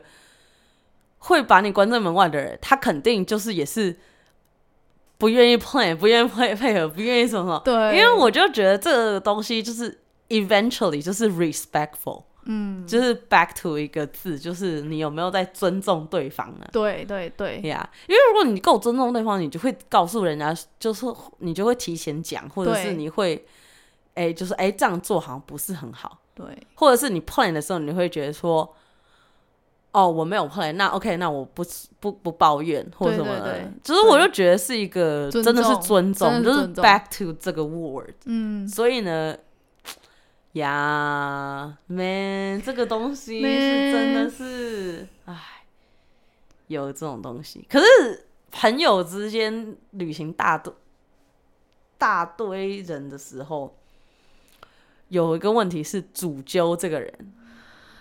会把你关在门外的人，他肯定就是也是不愿意 plan，不愿意配配合，不愿意什么什么。
对，
因为我就觉得这个东西就是 eventually 就是 respectful，
嗯，
就是 back to 一个字，就是你有没有在尊重对方呢、
对对对
呀因为如果你够尊重对方，你就会告诉人家，就是你就会提前讲，或者是
对
你会，哎、就是哎、这样做好像不是很好，
对
或者是你 plan 的时候，你会觉得说，哦，我没有 plan，那 OK，那我不不不抱怨或者什
对
么的，
对对
就是我就觉得是一个
尊
真的是
重
尊重，
真的是
就是
尊重
back to 这个 word，
嗯，
所以呢。呀、m a n 这个东西是真的
Man
是，哎，有这种东西。可是朋友之间旅行大堆大堆人的时候，有一个问题是主揪这个人，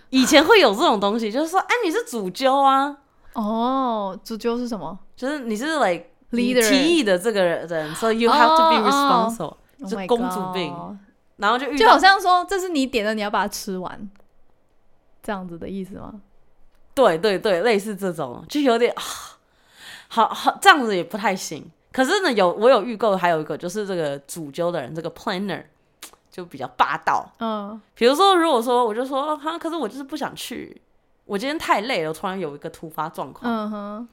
以前会有这种东西，就是说，哎，你是主揪啊，
哦，主揪是什么
就是你是 like 你
？leader
提议的这个人，so you have to be
哦哦
responsible，、
Oh
就
my
公主病
God
然后就遇
就
到
好像说这是你点的，你要把它吃完，这样子的意思吗？
对对对，类似这种，就有点、啊、好好这样子也不太行。可是呢，有我有预购，还有一个就是这个主揪的人，这个 planner 就比较霸道。
嗯，
比如说，如果说我就说哈，可是我就是不想去，我今天太累了，我突然有一个突发状况，
嗯哼，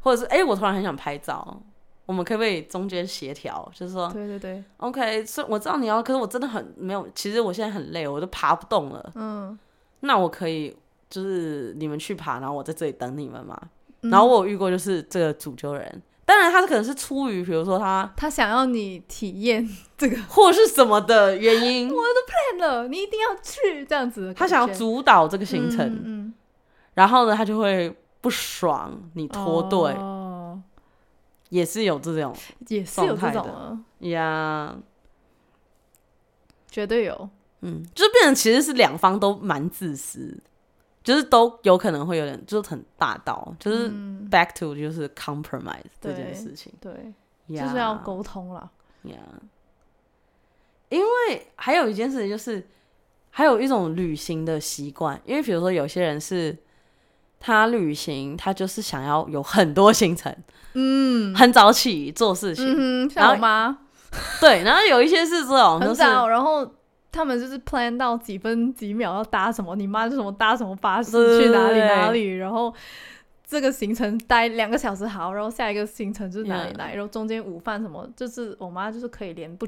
或者是哎、我突然很想拍照，我们可不可以中间协调？就是说
对对对，
，OK，所以我知道你要，可是我真的很没有，其实我现在很累，我都爬不动了。
嗯，
那我可以就是你们去爬，然后我在这里等你们嘛。
嗯
然后我有遇过就是这个主揪人，当然他可能是出于比如说他
他想要你体验这个，
或是什么的原 因，
看了你一定要去这样子的感觉，
他想要主导这个行
嗯
程，
嗯，
然后呢他就会不爽你脱队，
哦，
也是有这种
也是有这
状态
种
的
啊，
呀
绝对有，
嗯，就是变成其实是两方都蛮自私，就是都有可能会有点就是很霸道，就是
嗯
back to 就是 compromise 这件
对
事情，
对，
呀
就是要沟通啦。
呀、因为还有一件事情就是，还有一种旅行的习惯，因为比如说有些人是他旅行，他就是想要有很多行程，
嗯
很早起做事情，
嗯哼，
然
像
后
我妈
对。然后有一些是这种，就
很
是
早，然后。他们就是 plan 到几分几秒要搭什么，你妈就什么搭什么巴
对
士去哪里
对
哪里，然后这个行程待两个小时好，然后下一个行程就是哪里
Yeah
哪里，然后中间午饭什么，就是我妈就是可以连不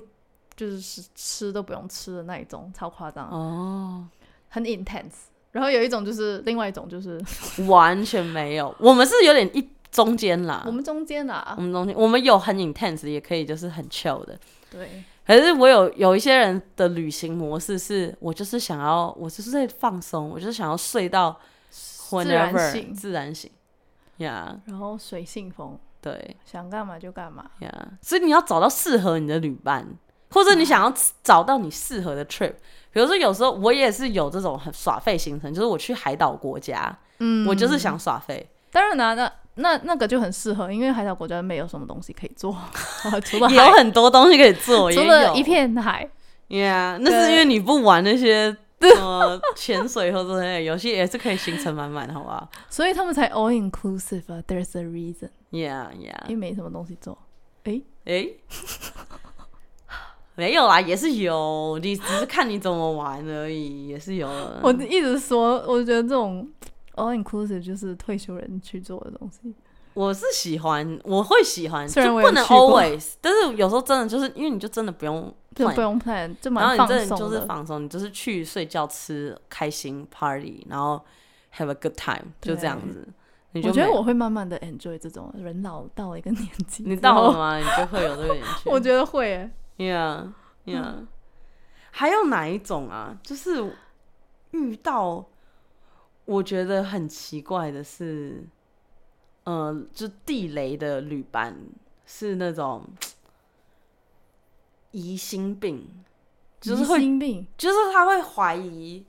就是吃吃都不用吃的那一种，超夸张，
哦，
很 intense。然后有一种就是另外一种就是
完全没有。我们是有点一中间啦，
我们中间啦
我，们中间我们有很 intense，也可以就是很 chill 的。
对，
可是我有有一些人的旅行模式是，我就是想要，我就是在放松，我就是想要睡到 whenever
自然醒
自然醒呀
然后随性风，
对
想干嘛就干嘛。
呀所以你要找到适合你的旅伴，或者你想要找到你适合的 trip。比如说，有时候我也是有这种很耍废行程，就是我去海岛国家，
嗯
我就是想耍废，
当然啦、那那那个就很适合，因为海岛国家没有什么东西可以做， 除了
也有
海，
很多东西可以做，
除
也
了
有
一片海。
Yeah，那是
对
因为你不玩那些什么潜水或者那些游戏，也是可以行程满满，好不好
所以他们才 all inclusive 啊，there's a reason，
？Yeah
因为
yeah，
没什么东西做。
诶，没有啦，啊也是有，你只是看你怎么玩而已，也是有啊的。
我一直说，我觉得这种 all inclusive 就是退休人去做的东西。
我是喜欢，我会喜欢，
虽然
就
我
不
有
能
去过
always，但是有时候真的就是因为你就真的不用
就
plan
不用 plan，就
然后
蛮
你
放
真的
松
就是
的。
放松，你就是去睡觉、吃开心 party，然后 have a good time，
对
就这样子。你就
我觉得
没
我会慢慢的 enjoy 这种人老到了一个年纪，
你到了？吗？你就会有这 个感觉。
我觉得会耶、
yeah yeah，还有哪一种啊？就是遇到我觉得很奇怪的是，呃，就地雷的旅伴是那种疑心病，就是会
疑心病，
就是他会怀疑，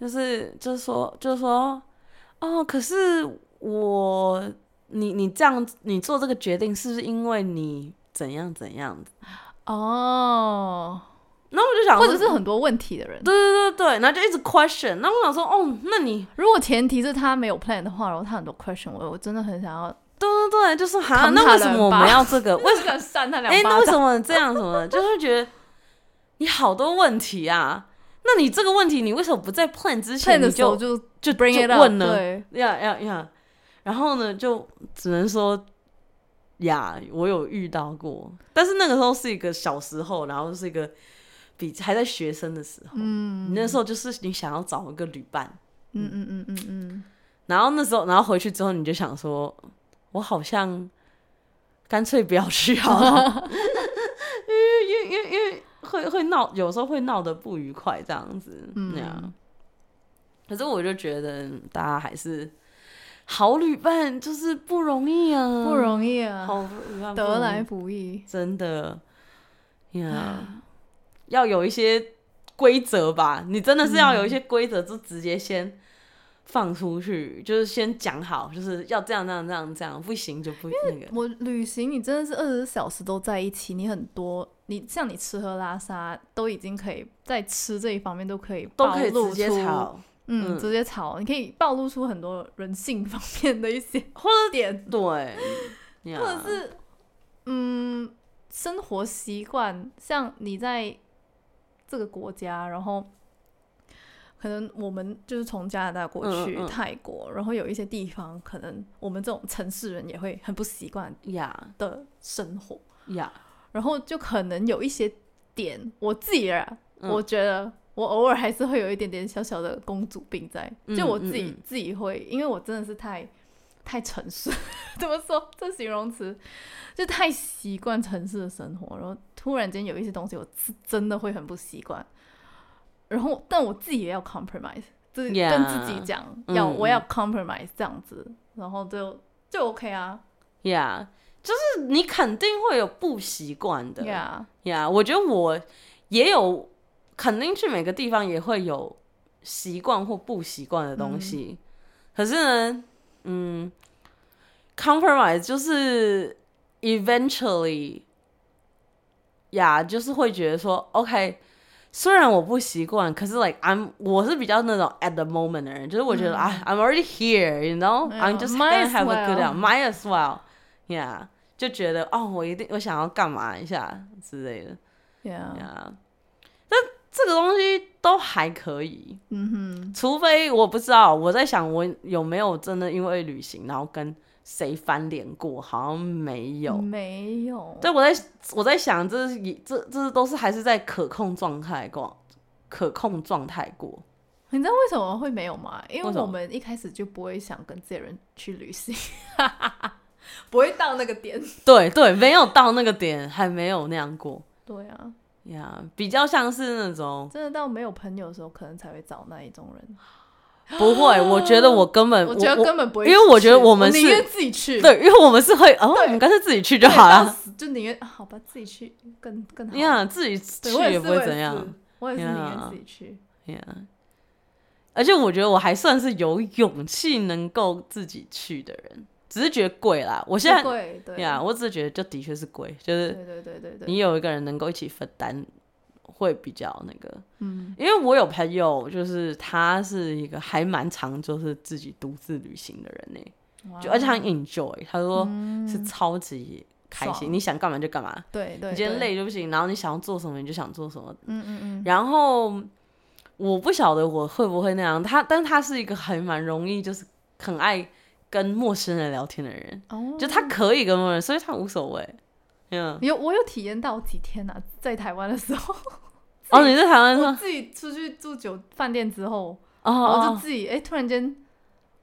就是就是说就是说，哦，可是我你你这样你做这个决定是不是因为你怎样怎样？
哦，
然后我就想
或
说，
者是很多问题的人。
对对对对，然后就一直 question。然后我想说，哦，那你
如果前提是他没有 plan 的话，然后他很多 question，我我真的很想要，
对对对，就是哈，
扛
那
他
为什么我们
两巴
要这 个？为什
什么扇他
哎、那为什么这样什么的？就是觉得你好多问题啊。那你这个问题，你为什么不在 plan 之
plan
前
的
你
时候
就
就
就
bring
就
it up？
问呢？哦
对，
呀呀呀！然后呢，就只能说呀，我有遇到过，但是那个时候是一个小时候，然后是一个比还在学生的时候，
嗯
你那时候就是你想要找一个旅伴，
嗯嗯嗯嗯嗯，
然后那时候，然后回去之后你就想说，我好像干脆不要去好了，因为因为因为因为会会闹，有时候会闹得不愉快这样子，嗯、
嗯
可是我就觉得大家还是好旅伴就是不容易啊，
不容易啊，
好嗯旅伴不容
得
易
来不易。
真的呀
啊
要有一些规则吧。你真的是要有一些规则，就直接先放出去，就是先讲好，就是要这样这样这样这样，不行就不那个。
我旅行，你真的是二十四小时都在一起，你很多，你像你吃喝拉撒都已经可以在吃这一方面都可以
都可以
暴露
直接
出，
吵，
嗯，
嗯
直接吵，你可以暴露出很多人性方面的一些
或者
点，
对，呀
或者是嗯，生活习惯，像你在这个国家，然后可能我们就是从加拿大过
嗯嗯
去
嗯
泰国，然后有一些地方，可能我们这种城市人也会很不习惯
呀
的生活，
呀，
然后就可能有一些点，我自己啊，
嗯
我觉得。我偶尔还是会有一点点小小的公主病在，
嗯
就我自己、
嗯嗯
自己会，因为我真的是太太城市， 怎么说这形容词，就太习惯城市的生活，然后突然间有一些东西，我是真的会很不习惯。然后，但我自己也要 compromise，自
Yeah，
跟自己讲，
嗯
要我要
嗯
compromise 这样子，然后就就 OK 啊
呀，就是你肯定会有不习惯的。
，Yeah，
呀我觉得我也有，肯定去每个地方也会有习惯或不习惯的东西。可是呢，嗯，compromise 就是 eventually，呀就是会觉得说，OK，虽然我不习惯，可是 like I'm 我是比较那种 at the moment 的人，就是我觉得、啊 I'm already here，you know，I'm
Yeah,
Oh, just
might
gonna
as
have a good
well.
out，might as well，yeah，就觉得哦，我一定我想要干嘛一下之类的。
yeah，
呀，但这个东西都还可以，
嗯哼，
除非我不知道我在想我有没有真的因为旅行然后跟谁翻脸过，好像没有。
嗯没有，
对，我在我在想这是一这这都是还是在可控状态过，可控状态过。
你知道为什么会没有吗？因为
为什么
我们一开始就不会想跟这些人去旅行， 不会到那个点。
对对，没有到那个点，还没有那样过
对啊，
呀比较像是那种
真的到没有朋友的时候，可能才会找那一种人。
不会，我觉得呃我根本
我觉得根本不会去，
因为我觉得我们是
宁愿自己去，
对，因为我们是会哦，我们干脆自己去就好
到
了。
死就宁愿啊好吧，自己去更更好。
你想自己去
对，我也
也
是
不会怎样。，
我也是我也是宁
Yeah
愿自己去。
Yeah. 而且我觉得我还算是有勇气能够自己去的人，只是觉得贵啦。我现在
对对
呀我只是觉得就的确是贵，就是
对对对对对，
你有一个人能够一起分担，会比较那个。
嗯
因为我有朋友，就是他是一个还蛮常就是自己独自旅行的人呢、就
哇
而且他很 enjoy，他说是超级开心，
嗯爽
你想干嘛就干嘛，
对对，
你今天
对，
累就不行，然后你想要做什么你就想做什么，
嗯嗯嗯，
然后我不晓得我会不会那样，他，但他是一个还蛮容易，就是很爱跟陌生人聊天的人，
哦
就他可以跟陌生人，所以他无所谓。嗯，
有我有体验到几天啊，在台湾的时候，
哦，你在台湾
我
说
自己出去住酒饭店之后，
哦
然后就
哦，
自己哎、突然间，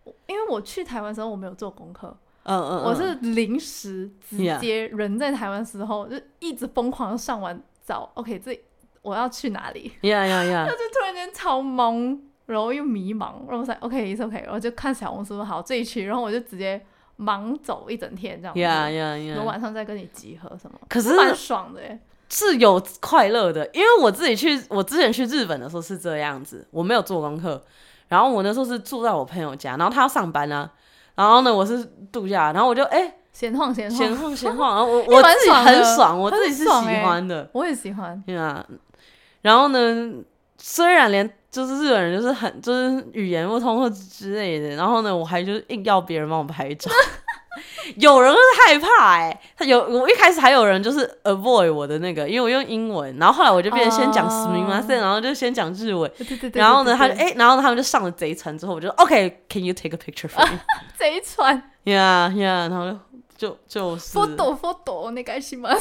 我因为我去台湾的时候我没有做功课，
嗯嗯，
我
嗯
是临时直
Yeah
接人在台湾时候就一直疯狂地上网找，OK，这我要去哪里？
呀呀呀
他，就突然间超懵，然后又迷茫，然后我想 OK it's OK，我就看小红书好这一区，然后我就直接忙走一整天这样子
呀呀
然后
呀！
晚上再跟你集合什么，
可是
蛮爽的欸耶。
是有快乐的，因为我自己去，我之前去日本的时候是这样子，我没有做功课，然后我那时候是住在我朋友家，然后他要上班啊，然后呢我是度假，然后我就哎
闲晃闲
闲
晃，
晃闲晃，然后 我
也
我
蛮
自己
爽的
很爽，我
很
自己是喜
爽欸
欢的，
我也喜欢。
对啊，然后呢，虽然连就是日本人就是很就是语言不通或之类的，然后呢，我还就是硬要别人帮我拍照。 有人就是害怕哎、他有我一开始还有人就是 avoid 我的那个，因为我用英文，然后后来我就变成先讲
哦
s m i m a s e 然后就先讲日文，
对对对对
然后呢他就
对
哎、然后他们就上了贼船之后，我就 OK，can、you take a picture for me？Yeah
贼船
yeah，然后就就就是
不懂不懂，那该什么？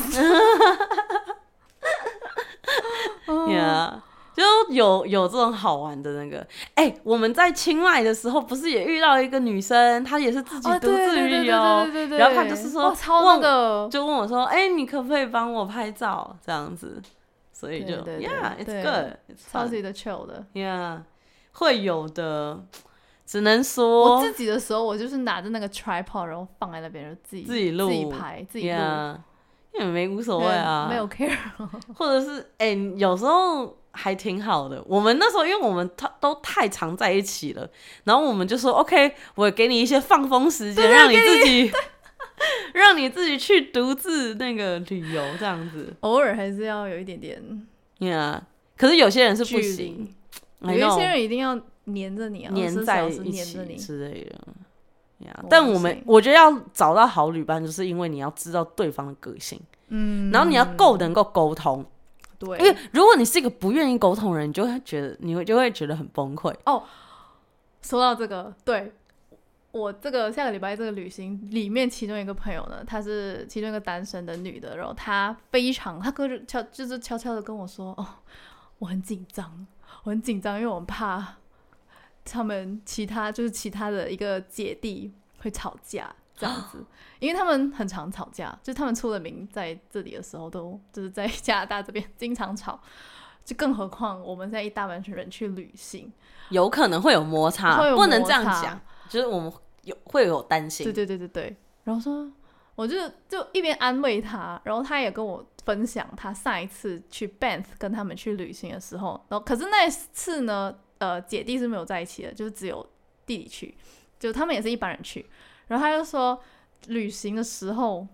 哦
呀、就有有这种好玩的那个。哎、我们在清迈的时候，不是也遇到一个女生，她也是自己
哦，
独
对
自
对对
旅
对
游，
对对对，
然后他就是说
哇超
忘
那个，
就问我说：“哎、你可不可以帮我拍照？”这样子，所以就
对对对
Yeah, it's
对
good, it's
超
fun.
级的 chill 的。
Yeah，会有的，只能
我
说
自己的时候，我就是拿着那个 tripod，然后放在那边，然后自己
自己录
自己拍、自己录，
Yeah，也没无所
没
谓啊，
没有 care。
或者是哎、欸有时候还挺好的。我们那时候因为我们他都太常在一起了，然后我们就说 OK，我给你一些放风时间，让你自 己，让你自己去独自那个旅游这样子。
偶尔还是要有一点点
Yeah，可是有些人是不
距
行
离，，
I
有一
know
些人一定要黏着你啊，
黏在
24小时
一
黏着
起
你。哦
之类的。Yeah，
我
但
不
我们
行
我觉得要找到好旅伴，就是因为你要知道对方的个性，
嗯，
然后你要够能够沟通。因为
对。
如果你是一个不愿意沟通的人，你就会觉得你会就会觉得很崩溃。
说到这个，对我这个下个礼拜这个旅行里面，其中一个朋友呢，她是其中一个单身的女的，然后她非常，她跟着悄就是悄悄的跟我说，哦，我很紧张，我很紧张，因为我很怕他们其他就是其他的一个姐弟会吵架这样子，因为他们很常吵架，就是他们出了名在这里的时候都就是在 加拿大这边经常吵，就更何况我们现在一大班人去旅行，
有可能会有摩擦，
会有摩擦
不能这样讲，就是我们有会有担心
对。对对对对。然后说，我就就一边安慰他，然后他也跟我分享他上一次去 Banff 跟他们去旅行的时候，然后可是那一次呢，呃，姐弟是没有在一起的，就是只有弟弟去，就他们也是一般人去。然后他就说，旅行的时候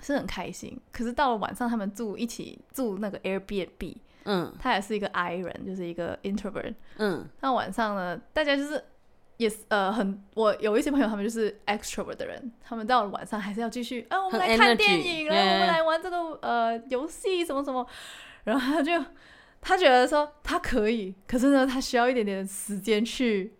是很开心，可是到了晚上，他们住一起住那个 Airbnb，
嗯
他也是一个 I 人，就是一个 introvert，
嗯
那晚上呢，大家就是也是呃很，我有一些朋友他们就是 extrovert 的人，他们到了晚上还是要继续，啊，我们
很
来看
energy，
电影，
yeah，
来我们
yeah
来玩这个呃游戏什么什么，然后他就他觉得说他可以，可是呢他需要一点点时间去。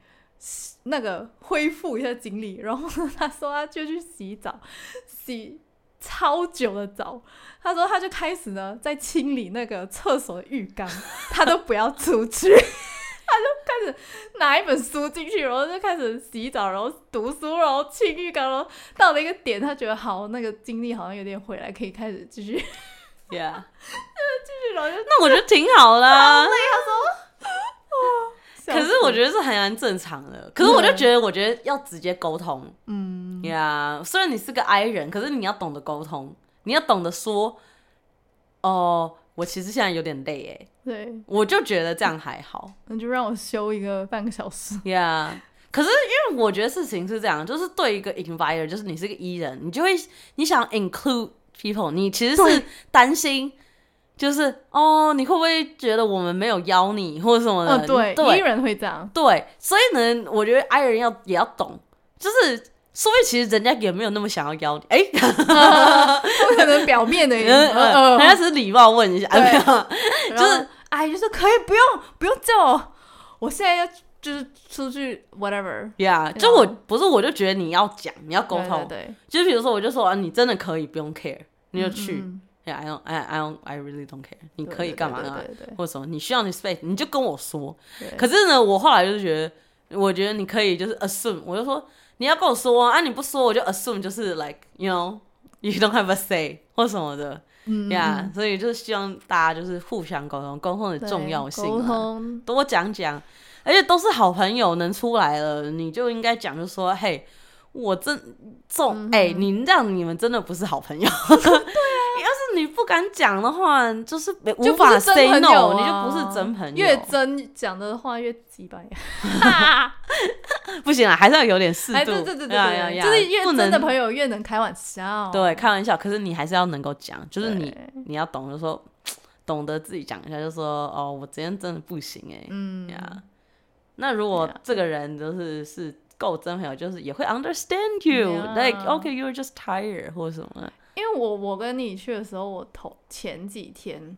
那个恢复一下精力，然后呢，他说他就去洗澡，洗超久的澡。他说他就开始呢在清理那个厕所的浴缸，他都不要出去，他就开始拿一本书进去，然后就开始洗澡，然后读书，然后清浴缸，然后到了一个点，他觉得好，那个精力好像有点回来，可以开始继 续，继
，Yeah，
续，然后就
那我觉得挺好啊啦。
笑
可
死
是我觉得是还蛮正常的。可是我就觉得，我觉得要直接沟通。
嗯，
呀，虽然你是个 I 人，可是你要懂得沟通，你要懂得说，哦，我其实现在有点累，哎，
对，
我就觉得这样还好。
那就让我休一个半个小时，
Yeah，可是因为我觉得事情是这样，就是对一个 inviter，就是你是个 E 人，你就会你想 include people，你其实是担心，就是哦，你会不会觉得我们没有邀你或者什么的？
呃，对，依
嗯对
然会这 样，
对，所以呢，我觉得 I 人要也要懂，就是说不定其实人家也没有那么想要邀你，哎、
不可能表面 的，
嗯
呃
嗯，人家
呃，
只是礼貌问一下，哎没有
就是哎，就说可以不用不用叫我，我现在要。就是出去 whatever
呀就我不是，我就觉得你要讲，你要沟
对
通。
对
就比如说，我就说啊，你真的可以不用 care，你就
对，
去。
嗯，
Yeah, I don't, I, I don't, I really don't care。你
你
可以干嘛干啊嘛，
对对
或者什么，你需要你 space，你就跟我说。
对，
可
是
是呢，我后来就是觉得，我觉得你可以就是 assume，我就说你要跟我说啊，啊你不说我就 assume 就是 like you know you don't have a say 或什么的
嗯
呀。
嗯
Yeah，所以就是希望大家就是互相沟通，沟通的
对
重要性
沟
啊、
通，
多讲讲，而且都是好朋友，能出来了你就应该讲，就说嘿。我真这种
嗯
哎、你这样你们真的不是好朋友。对啊， 要是你不敢讲的话，就是哎无
就不
法
是真
say
朋
no，、
友
你
啊
就不是真朋友。
越真讲的话越 鸡掰，
不行啊，还是要有点适度。
哎，对对对对
呀呀
对，
呀
就是越
不
真的
能
朋友越能开玩笑，
对开玩笑，可是你还是要能够讲，就是你
对
你要懂，就说懂得自己讲一下，就说哦，我今天真的不行哎、
嗯，
呀。那如果这个人就是是够真朋友，就是也会 understand you，like
Yeah
OK you're just tired 或什么。
因为我我跟你去的时候，我头前几天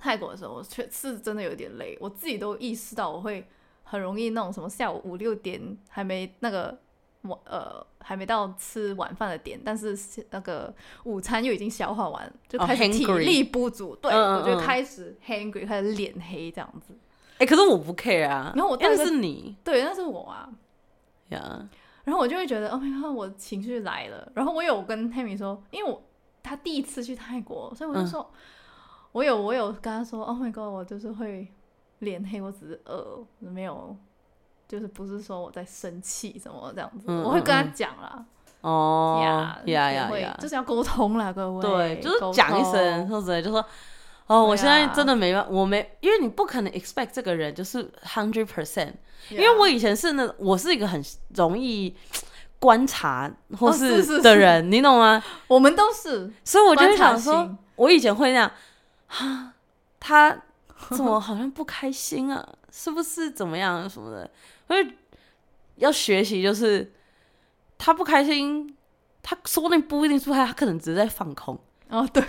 泰国的时候，我确是真的有点累，我自己都意识到我会很容易那种什么下午五六点还没那个我呃还没到吃晚饭的点，但是那个午餐又已经消化完，就
哦
开始体
hangry
力不足，对
嗯嗯
我就
嗯
开始 hungry，开始脸黑这样子。
哎、可是我不 care 啊，
然后我
因为
带个
是你
对，那是我啊，
呀
然后我就会觉得，Oh my god，我情绪来了。然后我有跟 Tammy 说，因为我他第一次去泰国，所以我
嗯
就说，我有我有跟他说，Oh my god，我就是会脸黑，我只是呃没有，就是不是说我在生气什么这样子，
嗯
我会跟他
嗯嗯
讲啦，
哦
呀
呀
也
呀
会
呀
就是要沟通啦，各位，
对，就是
沟
讲一声
通，
或者就说，哦，我
对啊
现在真的没办法，我没，因为你不可能 expect 这个人就是 hundred percent，因为
Yeah
我以前是那，我是一个很容易观察或
哦是是
的
是
人，你懂吗？
我们都是
所以我就会
观察
想说
型，
我以前会那样，啊，他怎么好像不开心啊？ 是不是怎么样什么的？我就要学习，就是他不开心，他说不定不一定是他，他可能只是在放空。
哦， 对，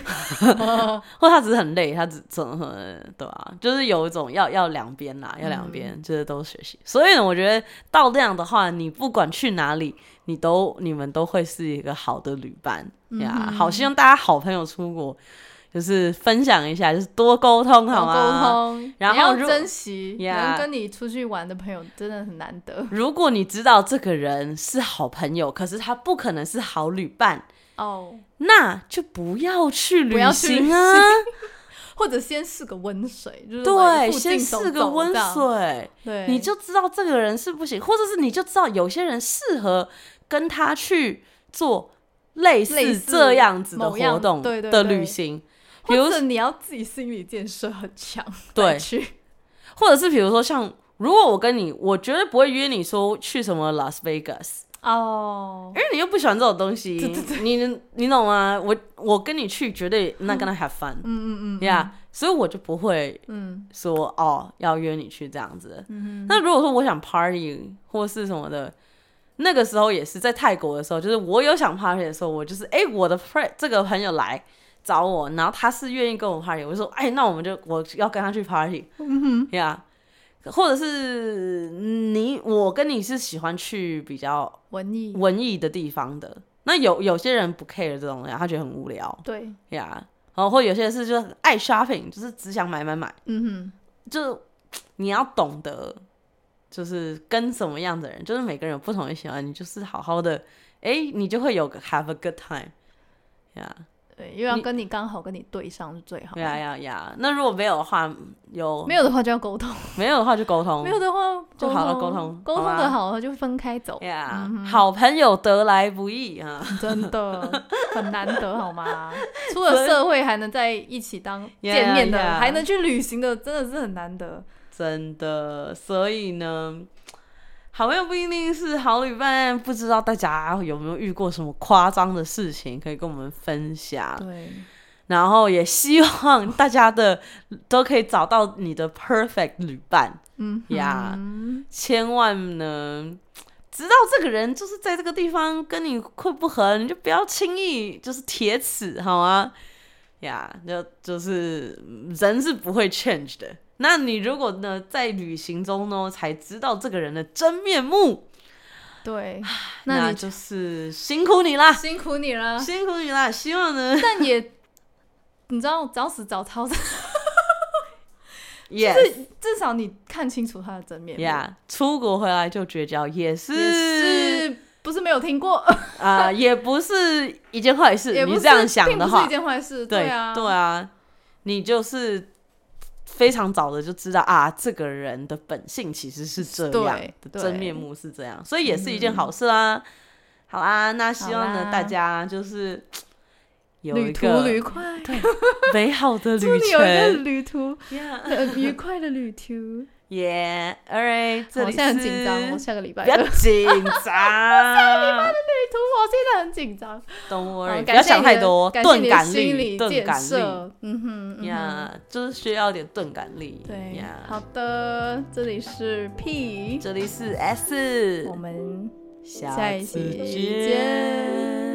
或他只是很累，他只怎么对啊？就是有一种要要两边啦，要两
嗯
边，就是都学习。所以呢，我觉得到这样的话，你不管去哪里，你都你们都会是一个好的旅伴
嗯
呀。好，希望大家好朋友出国，就是分享一下，就是多沟通好
沟
吗？
通，
然
你要
后如
珍惜
Yeah
能跟你出去玩的朋友真的很难得
如果你知道这个人是好朋友，可是他不可能是好旅伴，
哦。
那就不要去
不
旅
要去旅
行啊！
或者先试个温水，就是
对，
往附
先
近走
试个
走
温
这样，
水。
对，
你就知道这个人是不行，或者是你就知道有些人适合跟他去做类
类
似
似
这样子的
某样
活动
对对
的
对
旅行，比
或
如
者你要自己心理建设很强，
对
再去
或者是比如说像，如果我跟你，我绝对不会约你说去什么 Las Vegas，
哦
因，为你又不喜欢这种东西，你你懂吗？我我跟你去绝对 not gonna have fun，
嗯嗯嗯，
呀、所以我就不会
嗯
说哦要约你去这样子。那如果说我想 party 或是什么的，那个时候也是在泰国的时候，就是我有想 party 的时候，我就是哎、我的 friend 这个朋友来找我，然后他是愿意跟我 party，我就说哎、那我们就我要跟他去 party，嗯呀。或者是你，我跟你是喜欢去比较
文艺，
文艺的地方的。那有有些人不 care 这种东西，他觉得很无聊，
对，
呀、然后或者有些人是就是爱 shopping，就是只想买买买，
嗯
就你要懂得，就是跟什么样的人，就是每个人有不同的喜欢，你就是好好的，哎、你就会有个 have a good time，呀
哼，对，又要
你
跟你刚好跟你对上是最好的，
呀呀呀。那如果没有的话，有
没有的话就要沟通，
没有的话就沟通，
没有的话
就哦好了沟
沟
通
沟
好
通
吧
的好就分开走，
呀
嗯哼
好朋友得来不易啊。
真的很难得 好吗？出了社会还能在一起当
Yeah,
见面的
yeah
还能去旅行的，真的是很难得。
真的，所以呢，好朋友不一定是好旅伴，不知道大家有没有遇过什么夸张的事情可以跟我们分享？
对，
然后也希望大家的都可以找到你的 perfect 旅伴
嗯哼
呀千万呢。知道这个人就是在这个地方跟你会不合，你就不要轻易就是铁齿，好吗？呀、就就是嗯人是不会 change 的那你如果呢在旅行中呢才知道这个人的真面目，
对，
那
那你
就是 辛苦你啦，
辛苦你了。
辛苦你啦。希望呢，
但也，你知道早死早超生，
也
至少你看清楚他的真面目
呀，出国回来就绝交也是
也是不是没有听过？
啊、也不是一件坏事。
也不
你
是
这样想
并
的
不是
话
一，件坏事。
对
啊，
对啊，你就是非常早的就知道啊，这个人的本性其实是这样
对
的，
对嗯
真面目是这样，所以也是一件好事啊。好啦，那希望
好
呢
啦
大家就是有一
旅途
个
愉快，
美好的旅
祝你有一个
程。
旅途
Yeah,
呃愉快的旅途。
yeah, all right，这
我
里
现在很
是
紧张，我下个礼拜
不
的旅
要紧 张，
途，我现在很紧张。
懂我
好，
不要想太多，
感谢
钝
你的
感
感谢你的心
力，
理
钝
建
感力
设。嗯哼，嗯哼
呀就是需要一点钝感力。
对
呀，
好的，这里是 P，
这里是 S，
我们
下
下一
次
集
见。